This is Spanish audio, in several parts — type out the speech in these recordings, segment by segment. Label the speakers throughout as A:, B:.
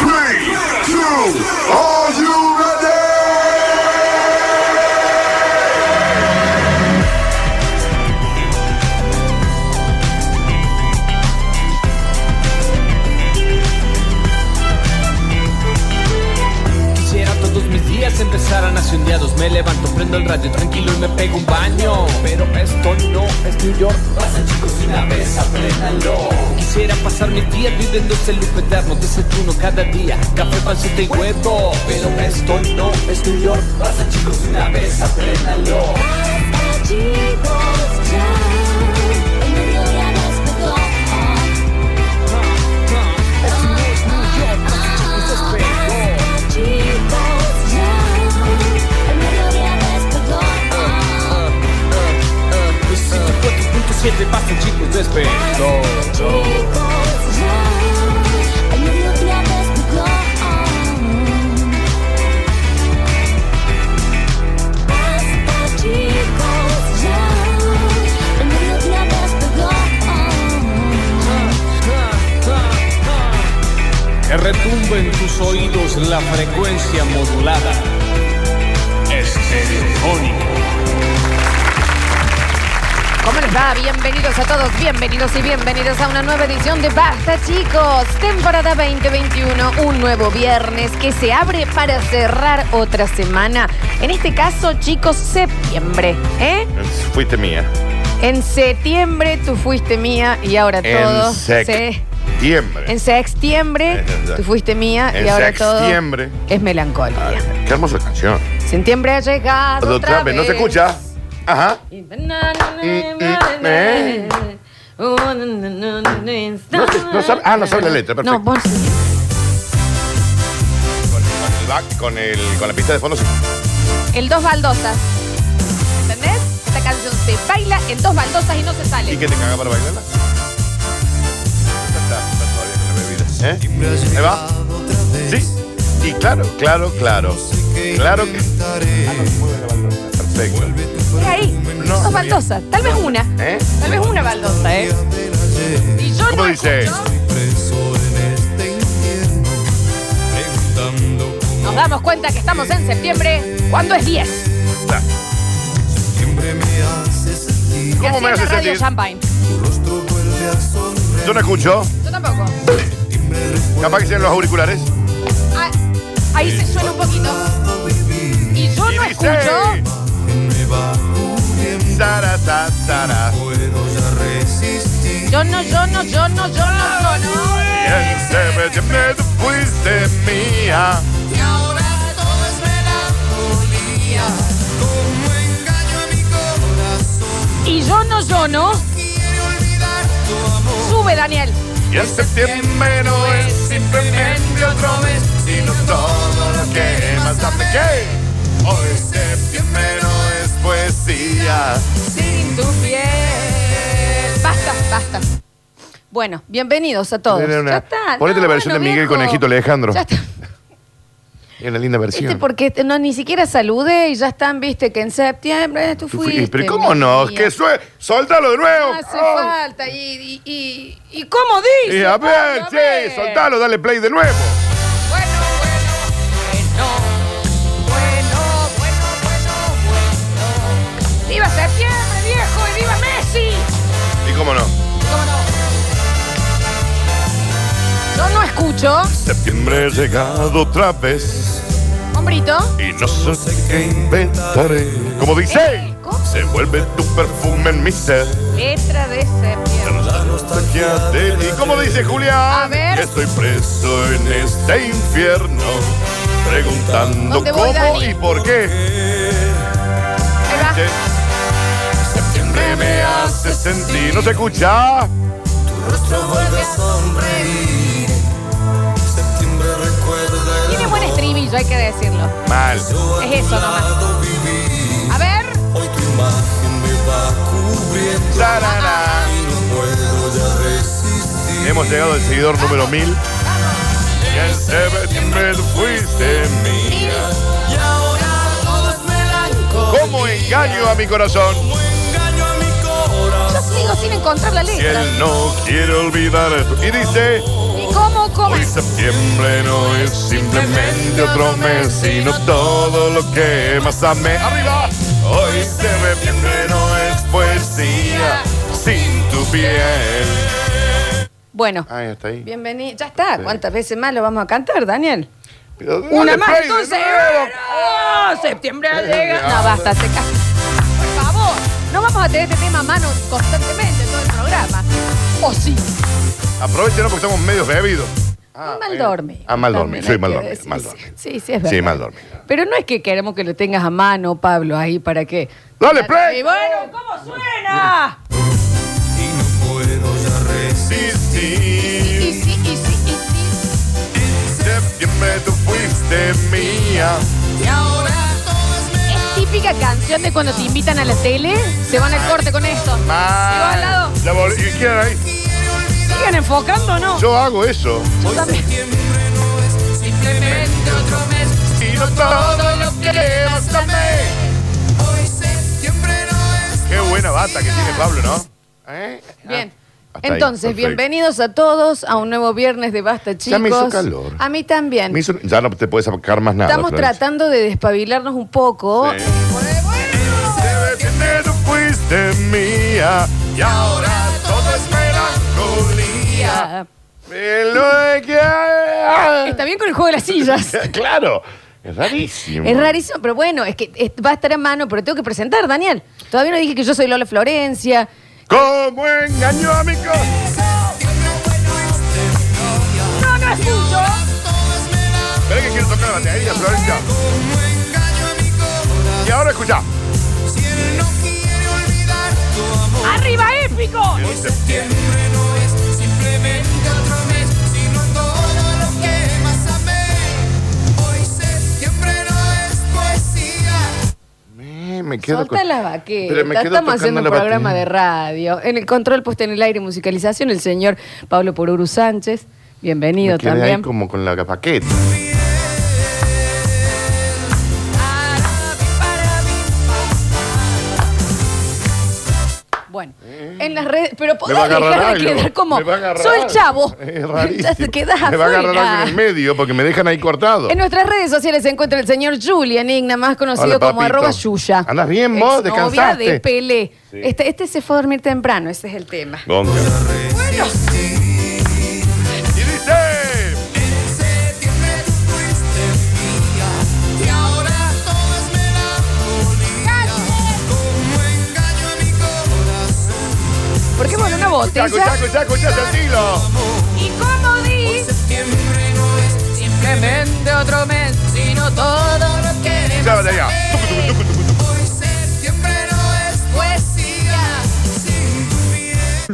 A: three, two. Are you ready?
B: Quisiera todos mis días empezaran así un día dos Me levanto, prendo el radio tranquilo y me pego un baño Pero esto no es New York Pasa chicos una vez, apréndanlo Quisiera pasar mis días viviendo ese loop eterno Desayuno cada día, café, pancita y huevo Pero esto no es New York Pasa chicos una vez, apréndanlo
C: Hasta chicos, ya, el mediodía despertó. ah, Hasta chicos, ya, el mediodía despertó.
B: siempre pasan chicos despejo
C: Hasta chicos, ya, el mediodía despertó. Hasta chicos, ya, el mediodía despertó.
B: Que retumbe en tus oídos la frecuencia modulada. Estereofónica.
D: ¿Cómo les va? Bienvenidos a todos, bienvenidos y bienvenidos a una nueva edición de Basta Chicos, temporada 2021, un nuevo viernes que se abre para cerrar otra semana. En este caso, chicos, septiembre, ¿eh?
E: Fuiste mía.
D: En septiembre tú fuiste mía y ahora todo.
E: En septiembre.
D: se- En septiembre tú fuiste mía y
E: En
D: ahora todo.
E: septiembre.
D: Es melancolía.
E: Ah, Qué hermosa canción.
D: Septiembre ha llegado. Otra
E: Otra vez,
D: vez.
E: no se escucha. Ajá. ¿eh? No, se- no sabe- ah, no sabe la letra,
D: No,
E: perfecto.
D: vos.
E: Con, con el back, con, el- con la pista de fondo. sí.
D: El dos baldosas. ¿Entendés? Esta canción se baila en dos baldosas y no se sale.
E: ¿Y que te caga para bailarla? Ya está, está todavía con la bebida. ¿Eh? ¿Me va? Sí. Y claro, claro, claro. Claro que. Perfecto.
D: Es ahí.
E: No,
D: dos
E: está
D: baldosas. Tal vez una.
E: ¿Eh?
D: Tal vez una baldosa, ¿eh? Y yo
E: ¿Cómo
D: no
E: dice?
D: escucho. Nos damos cuenta que estamos en septiembre, cuando es 10.
E: Está.
D: Y
E: ¿Cómo
D: así
E: me
D: es la
E: hace
D: radio
E: sentir?
D: Champagne.
E: Yo no escucho.
D: Yo tampoco.
E: Capaz que sean los auriculares.
D: Ah, ahí se suena un poquito. Y yo no
E: Y dice-
D: escucho.
E: Sara, ta, sara.
D: Yo no, yo no, yo no, yo no, yo no.
E: Bien, se ve que me fuiste mía.
D: Y yo no, yo no. Sube, Daniel.
E: Y en septiembre no es simplemente otro mes, sino todo lo que más hace que hoy septiembre no es poesía.
D: Sin tu piel. Basta, basta. Bueno, bienvenidos a todos.
E: Era una-
D: Ya está.
E: Ponete la
D: No,
E: versión
D: bueno,
E: de Miguel
D: viejo.
E: Conejito Alejandro.
D: Ya está.
E: Es una linda
D: Viste,
E: versión.
D: porque este, no, ni siquiera saludé y ya están, viste, que en septiembre tú
E: Tú fui-
D: fuiste. Ah,
E: pero ¿cómo no?
D: mía.
E: ¡Que sue ¡Soltalo de nuevo!
D: No hace
E: Oh.
D: falta. Y, y, y, y cómo dice?
E: Y a ver,
D: Pablo, a ver.
E: che, soltalo, dale play de nuevo.
D: Bueno, bueno, bueno, bueno, bueno, bueno, bueno. ¡Viva septiembre, viejo! ¡Y viva Messi!
E: ¿Y cómo no?
D: ¿Cómo no? Yo no escucho.
E: Septiembre ha llegado otra vez
D: Hombrito.
E: y no sé qué inventaré. Como dice,
D: Eh, ¿cómo?
E: se vuelve tu perfume en mi ser.
D: Letra de septiembre.
E: La nostalgia de ti. ¿Cómo dice
D: A
E: Julián?
D: ver.
E: Estoy preso en este infierno, preguntando
D: ¿Dónde voy,
E: cómo
D: Dani?
E: y por qué.
D: Ahí va.
E: Che, Septiembre me hace sentir. ¿No se escucha?
D: Tiene buen estribillo, hay que decirlo.
E: Mal.
D: Es eso nomás. A ver.
E: Tarará. Hemos llegado al seguidor número 1000. Y en septiembre fuiste mía. ¿Cómo engaño a mi corazón?
D: Yo sigo sin encontrar la
E: Si
D: letra.
E: él no quiere olvidar esto. Y dice,
D: ¿Y cómo, cómo?
E: hoy septiembre no es simplemente otro mes, sino todo lo que más amé. ¡Arriba! Hoy septiembre no es poesía sin tu piel.
D: Bueno,
E: Ahí Ah, está ahí.
D: bienvenido. Ya está. ¿Cuántas veces más lo vamos a cantar, Daniel?
E: Pero
D: Una
E: dale
D: más,
E: play de
D: entonces.
E: nuevo.
D: ¡Oh! Septiembre llega.
E: ya.
D: No, basta, seca. Por favor, no vamos a tener este tema a mano constantemente en todo el programa. ¿O sí?
E: Aprovechenlo porque estamos medio bebidos.
D: Ah, mal
E: bien.
D: dormido.
E: Ah, mal dormido.
D: También
E: Sí, mal
D: hay que
E: dormido,
D: decir,
E: mal
D: sí.
E: dormido.
D: Sí, sí, es verdad.
E: Sí, mal dormido.
D: Pero no es que queremos que lo tengas a mano, Pablo, ahí para que.
E: Dale,
D: Para-
E: play.
D: Y bueno, ¿cómo suena?
F: Y no puedo ya
E: Resistir.
D: Y sí, y sí, y sí.
E: Septiembre tú fuiste mía.
D: Es típica canción de cuando te invitan a la tele, se van al corte con esto. Y vos al lado.
E: La vol- ¿Y quién era ahí?
D: ¿Siguen enfocando o no?
E: Yo hago eso.
D: Yo también.
E: Y no todo lo que más amé. Qué buena bata que tiene Pablo, ¿no? ¿Eh?
D: Bien.
E: Ah, hasta ahí,
D: Entonces,
E: perfecto.
D: bienvenidos a todos a un nuevo viernes de Basta, chicos.
E: Ya me hizo calor.
D: A mí también.
E: Me hizo- ya no te puedes sacar más nada.
D: Estamos
E: Florencia.
D: tratando de despabilarnos un poco.
E: Sí. Septiembre tú fuiste mía. Y ahora todo es melancolía.
D: Ah,
E: Me lo he quedado.
D: Está bien con el juego de las sillas.
E: Claro. Es rarísimo.
D: Es rarísimo, pero bueno, es que es- va a estar a mano, pero tengo que presentar, Daniel. Todavía no dije que yo soy Lola Florencia.
E: ¿Cómo engañó a mi co-
D: No, no es tuyo.
E: Espera que quiero tocar la batería, Florencia. Y ahora escucha.
D: ¡Arriba, épico!
E: Me, me quedo
D: Solta
E: con-
D: la vaqueta.
E: Pero me quedo
D: Estamos
E: tocando
D: haciendo un
E: la batería.
D: programa de radio. En el control puesto en el aire y musicalización, el señor Pablo Poruru Sánchez. Bienvenido
E: Me quedé ahí
D: también.
E: como con la paqueta.
D: Bueno, en las redes, pero
E: Me va a
D: podés
E: agarrar
D: dejar de
E: algo.
D: quedar como
E: Me va a agarrar
D: soy el
E: algo".
D: chavo.
E: Es rarísimo.
D: Ya te quedás
E: Me va a agarrar
D: afuera.
E: algo en el medio porque me dejan ahí cortado.
D: En nuestras redes sociales se encuentra el señor Julian Igna, más conocido
E: Hola,
D: como
E: papito.
D: arroba Yuya.
E: ¿Andás bien vos?
D: Exnovia
E: ¿Descansaste?
D: de Pelé. Este, este se fue a dormir temprano, ese es el tema.
E: Gonca. Y dice.
D: ¿Por qué voló una
E: Escucha, escucha,
D: botella?
E: escucha, escucha, sentilo.
D: ¿Y cómo di?
B: Simplemente otro mes, sino todo lo que
E: Escucha la batería. Tucu, tucu, tucu, tucu, tucu.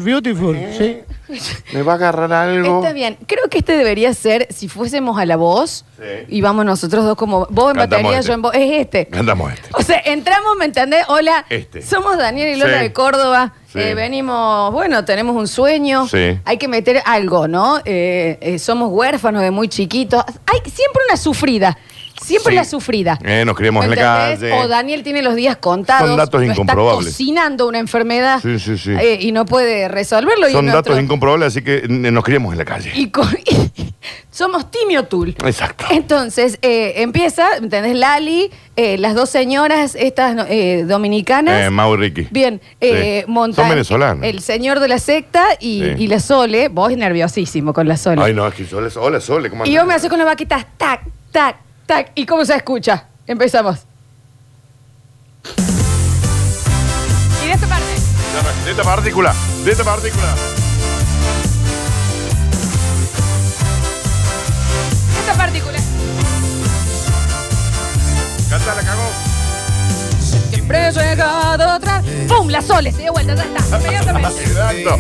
G: Beautiful, sí.
E: Me va a agarrar algo.
D: Está bien. Creo que este debería ser, si fuésemos a la voz,
E: Sí.
D: y vamos nosotros dos como vos en
E: Cantamos
D: batería,
E: este.
D: yo en voz. Es este.
E: Cantamos este.
D: O sea, entramos, ¿me entendés? Hola,
E: Este.
D: somos Daniel y Lola
E: Sí.
D: de Córdoba.
E: Sí.
D: Eh, venimos, bueno, tenemos un sueño.
E: Sí.
D: Hay que meter algo, ¿no? Eh, eh, somos huérfanos de muy chiquitos. Hay siempre una sufrida. Siempre
E: Sí.
D: la sufrida.
E: Eh, nos criamos en la
D: ¿Entendés?
E: calle.
D: O Daniel tiene los días contados.
E: Son datos
D: o
E: incomprobables.
D: Está cocinando una enfermedad.
E: Sí, sí, sí.
D: eh, y no puede resolverlo. y
E: Son
D: nuestro-
E: datos incomprobables, así que n- nos criamos en la calle.
D: y con- y somos Timio
E: Eh,
D: Tul.
E: Exacto.
D: Entonces, eh, empieza, ¿entendés? Lali, eh, las dos señoras, estas no, eh, dominicanas.
E: Eh, Mau y Ricky.
D: Bien, eh,
E: Sí.
D: Monta-
E: Son venezolanos.
D: El señor de la secta y,
E: Sí.
D: y la Sole. Vos nerviosísimo con la Sole.
E: Ay, no, es que Sole, hola, Sole, ¿cómo
D: y
E: andás?
D: yo me hace con la vaquita, tac, tac, tac. ¿Y cómo se escucha? Empezamos. Y de esta parte.
E: De esta partícula, de esta partícula.
D: Esta partícula.
E: Canta, la cagó.
D: Siempre he llegado atrás. ¡Pum! La Sole se dio vuelta, ya está. Inmediatamente.
E: Exacto.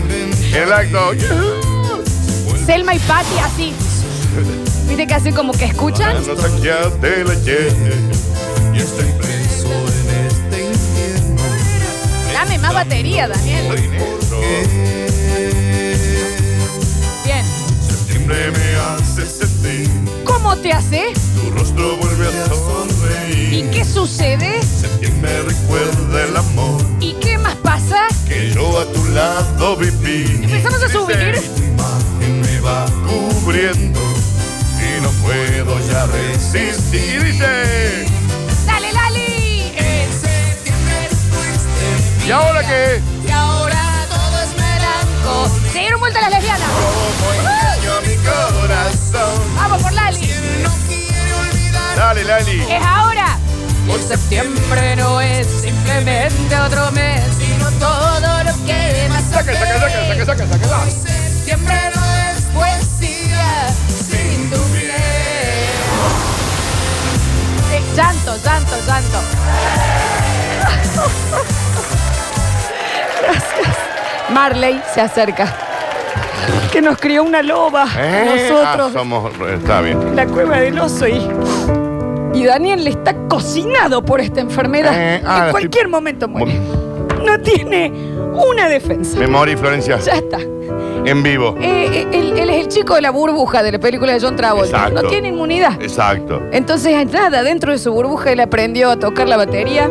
E: Exacto.
D: Selma y Patty así. Viste que hacen como que escuchan.
E: No saqueaste la yeye. Y estoy preso este
D: Dame más batería, Daniel.
E: en eso.
D: Bien.
E: Septiembre me hace sentir.
D: ¿Cómo te hace?
E: Tu rostro vuelve a
D: ¿Y
E: sonreír.
D: qué sucede?
E: Septiembre recuerda el amor
D: ¿Y qué más pasa?
E: que yo a tu un lado viví.
D: Empezamos a subir.
E: Tu imagen me va cubriendo y no puedo ya resistir. Y dice,
D: ¡Dale, Lali!
E: ¿y ahora qué?
D: Y ahora todo es melanco. Se dieron vuelta las lesbianas.
E: Como engaño mi corazón.
D: Vamos por Lali.
E: Dale, Lali.
D: Es ahora.
H: Un septiembre no es simplemente otro mes, sino todo lo que más
E: Saca, saca, saca, saca, saca, saca, saca.
H: Septiembre no es poesía sin tu piel.
D: Eh, llanto, llanto, llanto. Gracias. Marley se acerca. Que nos crió una loba.
E: Eh,
D: Nosotros.
E: ah, somos, está bien.
D: la cueva del oso y. Y Daniel le está cocinado por esta enfermedad.
E: Eh, ah,
D: en
E: la
D: cualquier
E: estoy-
D: momento muere. No tiene una defensa.
E: Me morí, Florencia.
D: Ya está.
E: En vivo.
D: Eh, eh, él, él es el chico de la burbuja de la película de John Travolta.
E: Exacto.
D: No tiene inmunidad.
E: Exacto.
D: Entonces, nada, dentro de su burbuja él aprendió a tocar la batería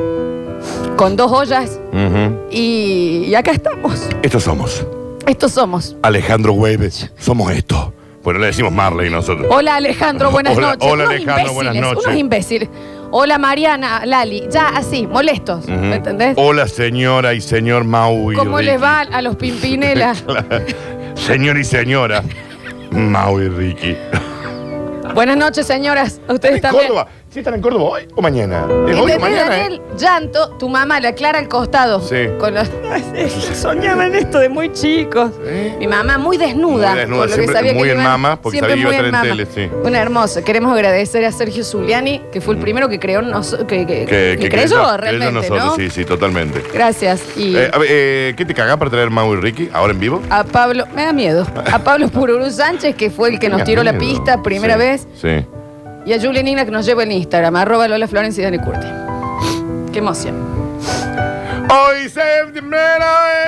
D: con dos ollas
E: Ujú.
D: y, y acá estamos.
E: Estos somos.
D: Estos somos.
E: Alejandro Hueves. Somos esto. Bueno, le decimos Marley nosotros.
D: Hola Alejandro, buenas
E: Hola-
D: noches.
E: hola,
D: Unos
E: Alejandro, buenas
D: imbéciles,
E: noches.
D: Unos imbéciles. Hola Mariana, Lali, ya así, molestos,
E: Ujú.
D: ¿me entendés?
E: Hola, señora y señor Maui.
D: ¿Cómo
E: Ricky.
D: les va a los Pimpinela?
E: Señor y señora. Maui Ricky.
D: buenas noches, señoras. Ustedes
E: ¿En
D: también.
E: Córdoba? ¿Sí están en Córdoba hoy o mañana? ¿Es hoy o
D: ¿Entendés,
E: mañana? eh?
D: Daniel? Llanto, tu mamá la Clara al costado.
E: Sí.
D: Con los... Soñaban esto de muy chicos.
E: Sí.
D: Mi mamá muy desnuda.
E: ¿Eh?
D: con
E: Muy desnuda,
D: lo que
E: siempre
D: sabía
E: muy
D: que
E: en
D: iban-
E: mamá, porque
D: siempre
E: sabía que iba
D: muy
E: a estar
D: en
E: en
D: mamá.
E: tele, sí.
D: Una hermosa. Queremos agradecer a Sergio Zuliani, que fue el primero que creó nos- que, que,
E: Que-
D: que
E: que-
D: creyó
E: que- que-
D: realmente,
E: nosotros,
D: ¿no?
E: Sí, sí, totalmente.
D: Gracias. Y
E: Eh, a ver, eh, ¿Qué te cagás para traer Maui Ricky ahora en vivo?
D: a Pablo, me da miedo. A Pablo Pururú Sánchez, que fue el que nos
E: Tenía
D: tiró la
E: miedo.
D: pista primera
E: Sí,
D: vez.
E: Sí.
D: Y a Julia Nina que nos lleva en Instagram, arroba Lola Florencia y Dani Curti. Qué emoción.
E: Hoy septiembre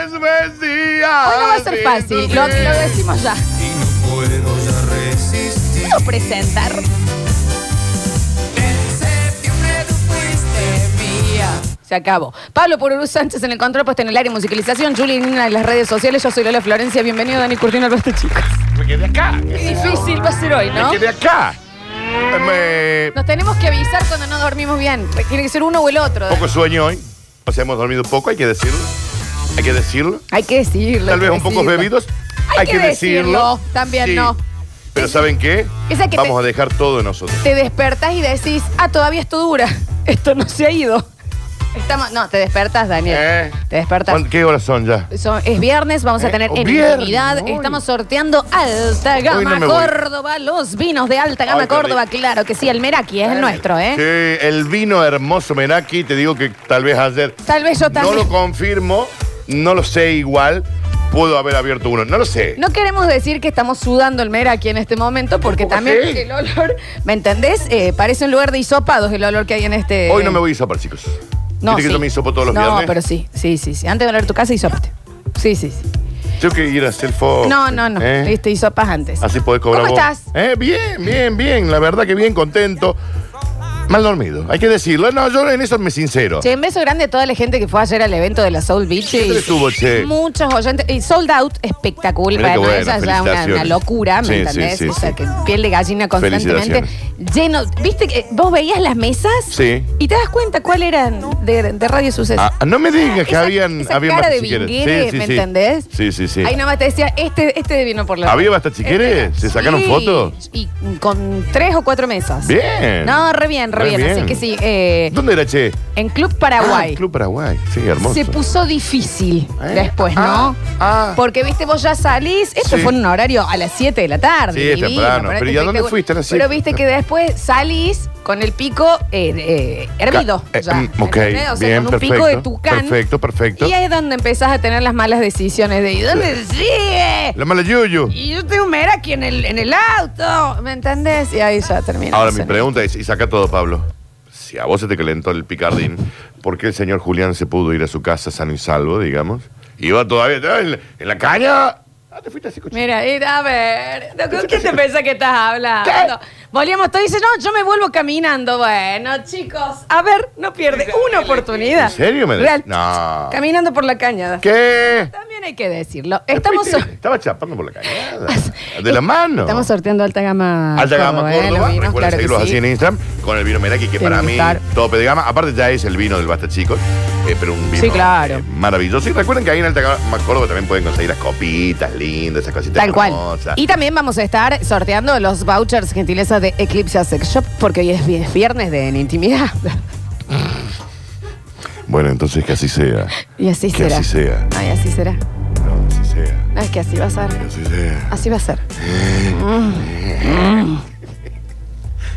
E: es bestia.
D: Hoy no va a ser fácil, lo, lo decimos ya.
F: y no puedo ya resistir.
D: ¿Puedo presentar?
H: En septiembre tú fuiste mía.
D: Se acabó. Pablo Pururú Sánchez en el control, puesto en el área de musicalización. Julia Nina en las redes sociales. Yo soy Lola Florencia. Bienvenido, Dani Curtino, al Basta, chicos.
E: Me quedé acá.
D: Qué difícil va a ser hoy, ¿no?
E: Me quedé acá. Eh, me-
D: Nos tenemos que avisar cuando no dormimos bien. Tiene que ser uno o el otro.
E: Poco sueño hoy. O sea, hemos dormido poco, hay que decirlo. Hay que decirlo.
D: Hay que decirlo.
E: Tal
D: hay
E: vez
D: que
E: un poco
D: decirlo.
E: bebidos.
D: Hay que decirlo, también no.
E: Pero ¿saben qué?
D: Esa que
E: Vamos
D: te-
E: a dejar todo de nosotros.
D: Te despertás y decís, ah, todavía esto dura. Esto no se ha ido. Estamos... No, te despertás, Daniel.
E: ¿Eh?
D: Te despertás.
E: ¿Cuán- ¿Qué horas son ya?
D: Son- es viernes, vamos a
E: Eh,
D: tener
E: oh,
D: en
E: viernes,
D: intimidad.
E: hoy.
D: Estamos sorteando Alta Gama
E: no me voy.
D: Córdoba, los vinos de Alta Gama
E: Ay, qué
D: Córdoba,
E: rico.
D: claro que sí, el Meraki es el nuestro, ¿eh?
E: Sí, el vino hermoso Meraki, te digo que tal vez ayer
D: Tal vez yo
E: no
D: también.
E: lo
D: No,
E: confirmo, no lo sé igual, puedo haber abierto uno, no lo sé.
D: queremos decir que estamos sudando el Meraki en este momento porque
E: ¿Por
D: también
E: qué?
D: el olor, ¿me entendés? Eh, parece un lugar de hisopados el olor que hay en este.
E: Hoy no me voy a hisopar, chicos.
D: No,
E: Viste que
D: sí.
E: yo me hisopo todos los
D: No,
E: viernes.
D: pero sí, sí, sí, sí. Antes de volver a tu casa, hisópate. Sí, sí, sí.
E: Tengo que ir a hacer foto.
D: No, no, no.
E: ¿eh?
D: Viste, hisopas antes.
E: Así podés cobrar
D: ¿Cómo
E: vos.
D: estás?
E: Eh, bien, bien, bien. La verdad que bien contento. Mal dormido, hay que decirlo. No, yo en eso me sincero.
D: Che, un beso grande a toda la gente que fue ayer al evento de la Soul Beach.
E: ¿Qué les hubo, che?
D: Muchos oyentes. Y sold out, espectacular.
E: Mirá qué
D: Bueno,
E: bueno,
D: esa es ya una,
E: felicitaciones.
D: una locura, ¿me
E: Sí, sí,
D: entendés?
E: sí,
D: o sea,
E: sí.
D: que piel de gallina constantemente. Lleno. ¿Viste que vos veías las mesas?
E: Sí.
D: Y te das cuenta cuál eran de, de Radio Suceso.
E: Ah, no me digas que
D: Esa-
E: habían,
D: esa
E: habían
D: cara
E: basta
D: de
E: chiqueres.
D: vinguere, ¿me entendés?
E: Sí, sí, sí.
D: Ahí nomás te decía, este, este vino por la.
E: ¿Había basta chiqueres?
D: Este,
E: ¿Se sacaron
D: sí.
E: fotos?
D: Y con tres o cuatro mesas.
E: Bien.
D: No, re bien, re,
E: Re
D: bien. Así
E: bien.
D: que sí, eh,
E: ¿Dónde era, che?
D: en Club
E: Ah,
D: Paraguay.
E: Club Paraguay. Sí, hermoso.
D: Se puso difícil
E: ¿Eh?
D: después,
E: Ah,
D: ¿no?
E: ah.
D: Porque, viste, vos ya salís. Esto
E: Sí.
D: fue en un horario a las 7 de la tarde.
E: Sí, es
D: divino,
E: temprano.
D: ponete
E: Pero, ¿y a dónde
D: espectacular.
E: fuiste a las
D: Pero
E: siete?
D: viste que después salís con el pico eh, eh, hervido.
E: Ca- eh,
D: ya,
E: mm,
D: ¿entendés?
E: ok,
D: O sea,
E: bien,
D: con un pico
E: perfecto,
D: de tucán.
E: perfecto, perfecto.
D: Y ahí es donde empezás a tener las malas decisiones de ¿y dónde sigue?
E: La mala Yuyu.
D: Y yo tengo un meraki en el, en el auto. ¿Me entendés? Y ahí ya termina.
E: Ahora,
D: No
E: mi
D: sé.
E: pregunta es, y saca todo, Pablo. Si a vos se te calentó el picardín, ¿por qué el señor Julián se pudo ir a su casa sano y salvo, digamos? Iba todavía "Ah, en la, en la caña. Ah, te fuiste así, cochino.
D: Mira, ir a ver, ¿con quién te pensás que estás hablando? Volvíamos, tú dices, no, yo me vuelvo caminando. Bueno, chicos, a ver, no pierde una oportunidad.
E: ¿En serio me decís?
D: Real.
E: No.
D: Caminando por la cañada.
E: ¿Qué?
D: También También hay que decirlo. Estamos, so-
E: Estaba chapando por la cañada. De la mano.
D: estamos sorteando alta gama.
E: Alta gama
D: Córdoba, ¿eh?
E: Córdoba.
D: Los vinos,
E: Recuerden
D: claro que
E: seguirlos
D: sí.
E: así en Instagram con el vino Meraki, que
D: Tienen
E: para
D: que
E: mí
D: estar.
E: tope de gama. Aparte ya es el vino del Basta Chicos, eh, pero un vino
D: Sí, claro.
E: eh, maravilloso. Y recuerden que ahí en Alta Gama Córdoba también pueden conseguir las copitas lindas, esas cositas
D: Tal cual.
E: hermosas.
D: Y también vamos a estar sorteando los vouchers gentileza de Eclipse Sex Shop porque hoy es vi- viernes de en intimidad.
E: Bueno, entonces que así sea.
D: Y así
E: Que
D: será.
E: así sea.
D: Ay, así será.
E: No, así sea.
D: No, es que así va a ser.
E: Que así sea.
D: Así va a ser.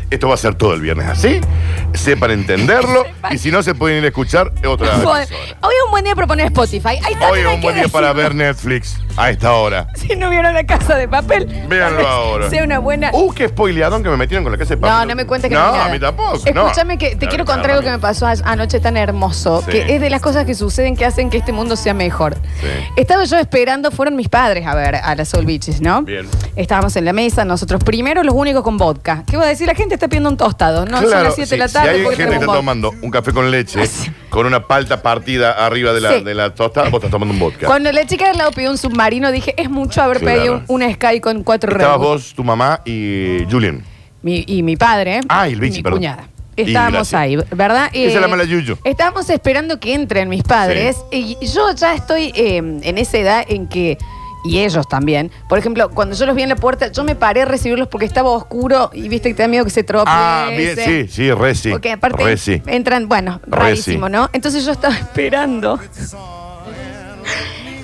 E: Esto va a ser todo el viernes así. Sepan entenderlo. y si no, se pueden ir a escuchar otra
D: Bueno,
E: vez.
D: Hoy es un buen día para poner Spotify. Ahí
E: Hoy
D: también
E: es
D: hay
E: un
D: que
E: buen día
D: decirlo.
E: para ver Netflix a esta hora.
D: Si no vieron la casa de papel, tal
E: Véanlo
D: vez
E: ahora.
D: Sea una buena.
E: Uh, qué spoileadón que me metieron con la casa de papel.
D: No, no me cuentes que
E: no.
D: vi nada.
E: a mí tampoco. no.
D: Escúchame que te
E: Claro,
D: quiero
E: claro,
D: contar algo
E: a
D: que
E: mí.
D: me pasó a- anoche tan hermoso,
E: Sí.
D: que es de las cosas que suceden que hacen que este mundo sea mejor.
E: Sí.
D: Estaba yo esperando, fueron mis padres a ver a las Soul Beaches, ¿no?
E: Bien.
D: Estábamos en la mesa, nosotros primero los únicos con vodka. ¿Qué voy a decir? La gente está pidiendo un tostado, ¿no? Son
E: Claro,
D: las 7 de
E: si-
D: la tarde.
E: Si hay
D: porque
E: gente que
D: tenemos
E: está
D: vodka.
E: tomando un café con leche,
D: Así.
E: con una palta partida arriba de la,
D: Ah, Sí.
E: de la tosta, vos estás tomando un vodka.
D: Cuando la chica del lado pidió un submarino, dije, es mucho haber
E: Claro.
D: pedido un, un Sky con cuatro
E: Estabas
D: Red Bull.
E: vos, tu mamá y Julian.
D: Mi- y mi padre.
E: Ah, y el bici,
D: mi
E: perdón.
D: cuñada.
E: Y
D: Estábamos
E: gracias.
D: ahí, ¿verdad?
E: Esa es la mala yuyo.
D: Estábamos esperando que entren mis padres. Y yo ya estoy eh, en esa edad en que. Y ellos también. Por ejemplo, cuando yo los vi en la puerta, yo me paré a recibirlos porque estaba oscuro y viste que te da miedo que se tropiece.
E: Ah, bien, sí, sí, re sí.
D: Porque aparte
E: Re sí.
D: entran, bueno,
E: Re
D: rarísimo,
E: sí.
D: ¿no? Entonces yo estaba esperando.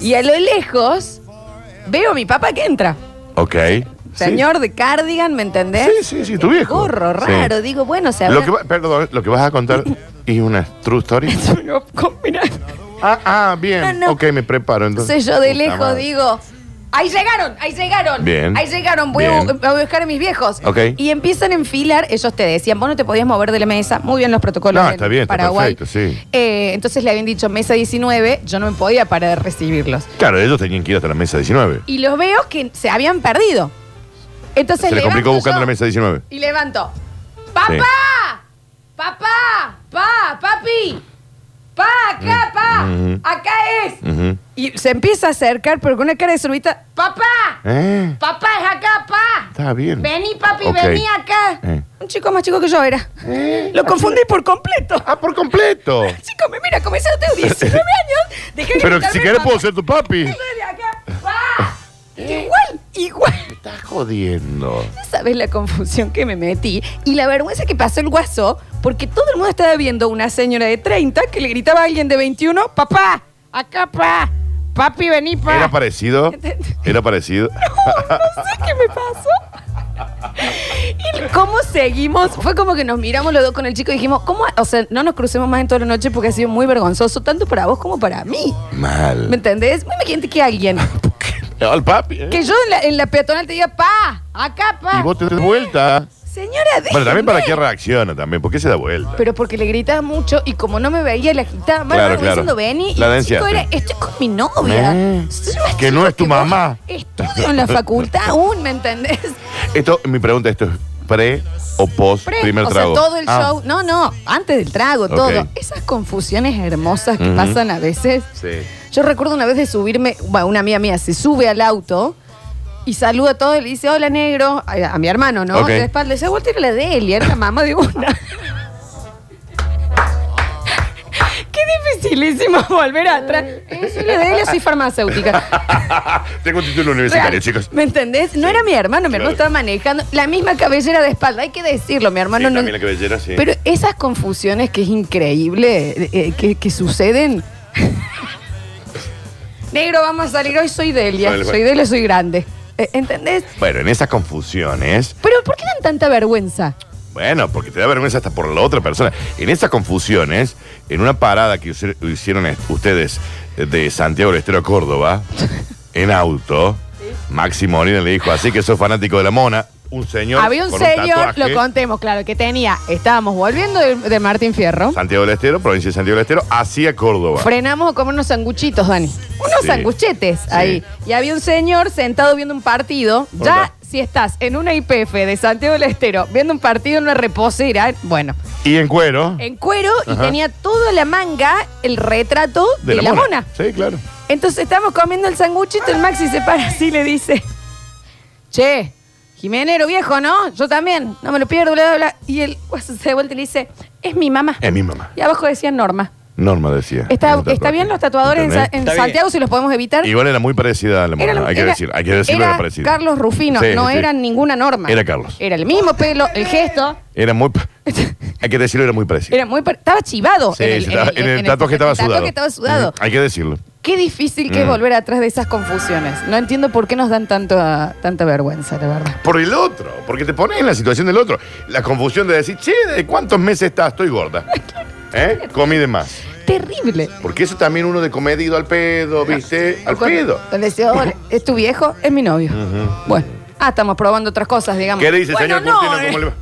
D: Y a lo lejos veo a mi papá que entra.
E: Ok.
D: Señor de cardigan, ¿me entendés?
E: Sí, sí, sí, tu
D: El
E: viejo.
D: Gorro
E: Sí.
D: raro, digo, bueno, se
E: Sí.
D: habrá...
E: Lo que va- perdón, lo que vas a contar es una true story.
D: No, combina-
E: Ah, ah, bien.
D: No, no.
E: Ok, me preparo.
D: Entonces
E: Entonces,
D: yo de
E: Pues, Puta
D: lejos
E: madre.
D: digo, ahí llegaron, ahí llegaron.
E: Bien.
D: Ahí llegaron, voy, A,
E: Bien.
D: bu- a buscar a mis viejos.
E: Ok.
D: Y empiezan a enfilar, ellos te decían, vos no te podías mover de la mesa, muy bien los protocolos.
E: No,
D: en
E: está bien, está
D: Paraguay.
E: perfecto, sí.
D: Eh, entonces le habían dicho mesa 19, yo no me podía parar de recibirlos.
E: Claro, ellos tenían que ir hasta la mesa 19.
D: Y los veo que se habían perdido. Entonces
E: Se le complicó
D: levanto
E: buscando
D: yo-
E: la mesa 19.
D: Y levanto. ¡Papá!
E: Sí.
D: ¡Papá! ¡Pa! ¡Papi! ¡Pa! ¡Acá, pa!
E: Mm, ujú.
D: ¡Acá es!
E: Ujú.
D: Y se empieza a acercar, pero con una cara de sorbita. ¡Papá!
E: Eh,
D: ¡Papá es acá, pa!
E: está bien.
D: ¡Vení, papi!
E: Ok.
D: ¡Vení acá!
E: Eh.
D: Un chico más chico que yo era. Lo confundí por completo.
E: Ah, por completo.
D: El chico me mira como si yo tengo 19 años. Dejé de
E: Pero
D: gritarme,
E: si querés
D: "Papá".
E: puedo ser Eh. tu papi.
D: Yo soy de acá. ¡Pa! Igual, igual.
E: Estás jodiendo.
D: No sabes la confusión que me metí y la vergüenza que pasó el guaso, porque todo el mundo estaba viendo una señora de 30 que le gritaba a alguien de 21, papá, acá pa, papi vení pa.
E: Era parecido.
D: Entendí.
E: Era parecido.
D: No sé qué me pasó. ¿Y cómo seguimos? Fue como que nos miramos los dos con el chico y dijimos, ¿cómo? O sea, no nos crucemos más en toda la noche porque ha sido muy vergonzoso, tanto para vos como para mí. ¿Me
E: Mal.
D: entendés? Muy imagínate que alguien,
E: Al papi. eh.
D: que yo en la, en la peatonal te diga, pa, acá pa.
E: Y vos te das vuelta.
D: Señora,
E: Bueno, también
D: déjeme.
E: para qué reacciona también. ¿Por qué se da vuelta?
D: Pero porque le gritaba mucho y como no me veía, le agitaba más.
E: Claro,
D: me
E: claro.
D: diciendo vení. Y
E: La
D: el chico
E: denunciaste.
D: era, estoy con mi novia.
E: Eh,
D: Soy más
E: que no
D: chico
E: es tu
D: vos.
E: mamá.
D: Estudio en la facultad aún, ¿me entendés?
E: Esto, mi pregunta, ¿esto es pre o post
D: Pre-
E: primer
D: o
E: trago?
D: sea, todo el
E: Ah,
D: show. No, no, antes del trago,
E: Ok.
D: todo. Esas confusiones hermosas que
E: Ujú.
D: pasan a veces.
E: Sí.
D: Yo recuerdo una vez de subirme, bueno, una amiga mía se sube al auto y saluda a todos y le dice, hola negro, a, a mi hermano, ¿no?
E: Ok.
D: De espalda, le dice, vos tirale la de él y era la mamá de una. Qué dificilísimo volver atrás. Eh, soy la de Elia, soy farmacéutica.
E: Ah, Tengo un título
D: Real.
E: universitario, chicos.
D: ¿Me entendés? No era mi hermano, mi hermano
E: Claro.
D: estaba manejando la misma cabellera de espalda, hay que decirlo, mi hermano
E: Sí,
D: no.
E: también la cabellera, sí.
D: Pero esas confusiones que es increíble, eh, que, que suceden. Negro, vamos a salir hoy, soy Delia.
E: Vale,
D: Soy
E: vale.
D: Delia, soy grande. Eh, ¿Entendés?
E: Bueno, en esas confusiones,
D: Pero ¿por qué dan tanta vergüenza?
E: bueno, porque te da vergüenza hasta por la otra persona. En esas confusiones, en una parada que huse- hicieron est- ustedes de Santiago del Estero a Córdoba, en auto, Maxi Molina le dijo, así que sos fanático de la mona. Un señor.
D: Había un
E: con
D: señor,
E: tatuaje,
D: lo contemos, claro, que tenía. Estábamos volviendo de, de Martín Fierro.
E: Santiago del Estero, provincia de Santiago del Estero, hacia Córdoba.
D: Frenamos a comer unos sanguchitos, Dani. Unos
E: Sí.
D: sanguchetes ahí. Y había un señor sentado viendo un partido.
E: Hola.
D: Ya si estás en una IPF de Santiago del Estero viendo un partido en una reposera, bueno,
E: y en
D: Eh,
E: cuero.
D: en cuero y
E: Ajá.
D: tenía toda la manga el retrato de, la, mona.
E: Sí, claro.
D: Entonces estamos comiendo el sanguchito, el Maxi se para así y le dice. Che, Jimenero viejo, ¿no? Yo también, no me lo pierdo, bla, bla, bla. Y el guaso se vuelve y le dice, es mi mamá.
E: Es mi mamá.
D: Y abajo decía Norma.
E: Norma decía.
D: ¿Está,
E: Un
D: está
E: tatuaje.
D: bien los tatuadores en, Sa-
E: ¿Entendés?
D: en
B: Está bien.
D: Santiago si los podemos evitar?
E: Igual era muy parecida a la
D: Era
E: morona,
D: la-
E: hay que
D: era-
E: decir, hay que decirlo,
D: era
E: era parecida.
D: Carlos Rufino,
E: Sí,
D: no
E: sí, sí.
D: era ninguna norma.
E: Era Carlos.
D: Era el mismo pelo, el gesto.
E: Era muy, pa- hay que decirlo, era muy parecido.
D: Era muy par- estaba chivado.
E: Sí, sí, estaba- en el tatuaje
D: En
E: estaba
D: el
E: sudado.
D: tatuaje estaba sudado.
E: Ujú, Hay que decirlo.
D: Qué difícil que es
E: Mm.
D: volver atrás de esas confusiones. No entiendo por qué nos dan tanto, ah, tanta vergüenza, la verdad.
E: Por el otro, porque te pones en la situación del otro. La confusión de decir, che, ¿de cuántos meses estás? Estoy gorda. ¿Eh? Comí de más.
D: Terrible.
E: Porque eso también uno de comedido al pedo, ¿viste? Al
D: Cuando-
E: pedo.
D: cuando decía, "Hola, ¿es tu viejo? Es mi novio. Bueno. Ah, estamos probando otras cosas, digamos.
E: ¿Qué le dice,
D: Bueno,
E: señor
D: no,
E: Curtino? ¿Cómo
D: eh.
E: le va?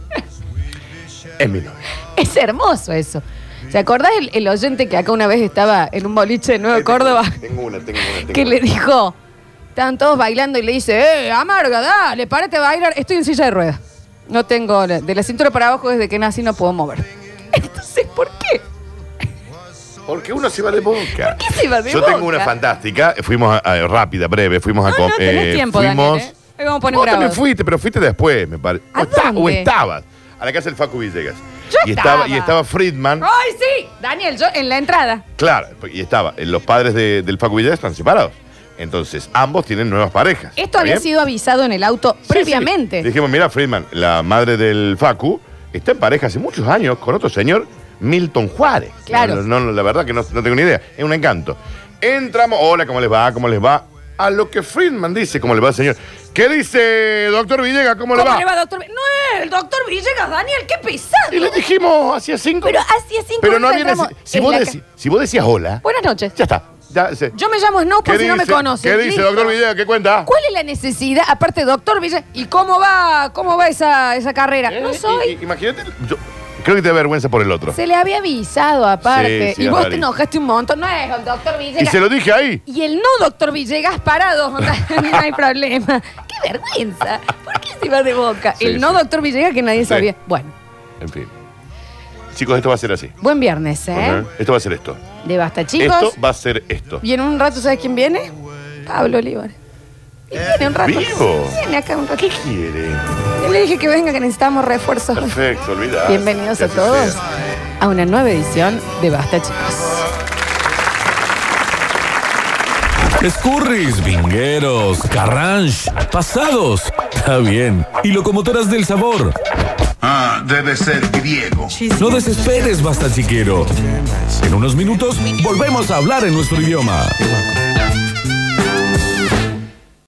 E: Es mi novio.
D: Es hermoso eso. ¿Se acordás el, el oyente que acá una vez estaba en un boliche de Nueva
E: Este,
D: Córdoba?
E: Tengo una, tengo una, tengo
D: Que
E: una.
D: le dijo, estaban todos bailando y le dice, ¡eh, amarga, dale, párate a bailar! Estoy en silla de ruedas. No tengo, de la cintura para abajo desde que nací no puedo mover. Entonces, ¿por qué?
E: Porque uno se va de boca.
D: ¿Por qué se va de
E: Yo tengo
D: boca? Ah,
E: una fantástica. Fuimos a- a- rápida, breve. Fuimos a
D: No,
E: com-
D: no tenés tiempo,
E: fuimos.
D: Daniel, ¿eh? Ahí vamos a poner
E: Vos también
D: grabados.
E: fuiste, pero fuiste después, me parece.
D: ¿A
E: o, esta-
D: dónde?
E: o estabas. A la casa del Facu Villegas.
D: Yo
E: y estaba.
D: estaba.
E: Y estaba Friedman.
D: ¡Ay, sí! Daniel, yo en la entrada.
E: Claro. Y estaba. eh, Los padres de- del Facu Villegas están separados. Entonces, ambos tienen nuevas parejas.
D: Esto
E: ¿Está
D: había
E: bien?
D: sido avisado en el auto
E: Sí,
D: previamente.
E: sí. Dijimos, mira, Friedman, la madre del Facu está en pareja hace muchos años con otro señor, Milton Juárez.
D: Claro.
E: No, no, no, la verdad que no, no tengo ni idea. Es un encanto. Entramos, hola, ¿cómo les va? ¿Cómo les va? A lo que Friedman dice, ¿cómo le va, señor? ¿Qué dice, doctor Villegas? ¿Cómo,
D: ¿Cómo le va, doctor? No es el doctor Villegas, Daniel, qué pesado.
E: Y le dijimos, hacía cinco.
D: Pero hacía cinco
E: Pero no
D: minutos
E: había. ni-
D: entramos
E: Si,
D: en
E: vos
D: la
E: decí- si vos decías hola,
D: Buenas noches.
E: ya está. Ya sé.
D: Yo me llamo Snow por si no me conoces.
E: ¿Qué dice,
D: Listo.
E: doctor Villegas? ¿Qué cuenta?
D: ¿Cuál es la necesidad? Aparte, doctor Villegas, ¿y cómo va, cómo va esa, esa carrera?
E: Eh,
D: no soy.
E: i- i- Imagínate, yo creo que te da vergüenza por el otro.
D: se le había avisado aparte.
E: Sí, sí,
D: y
E: es
D: vos te
E: rarísimo.
D: enojaste un montón. No es el doctor
E: Y
D: Villegas.
E: se lo dije ahí.
D: Y el no doctor Villegas parado, onda, no hay problema. ¡Qué vergüenza! ¿Por qué se iba de boca?
E: Sí,
D: el no
E: sí.
D: doctor Villegas que nadie
E: Sí.
D: sabía. Bueno,
E: En fin. Chicos, esto va a ser así.
D: buen viernes, ¿eh?
E: Ajá. Esto va a ser esto.
D: De basta, chicos.
E: Esto va a ser esto.
D: Y en un rato, ¿sabes quién viene? Pablo Olivares. Y viene un rato.
E: ¿Vivo?
D: Viene acá un rato.
E: Quiere.
D: Yo le dije que venga, que necesitamos refuerzos.
E: Perfecto, olvidar.
D: Bienvenidos a todos a una nueva edición de Basta, chicos.
I: Escurris, vingueros, carranche, pasados, está bien. Y locomotoras del sabor.
A: Ah, debe ser griego.
I: No desesperes, basta chiquero. En unos minutos volvemos a hablar en nuestro idioma.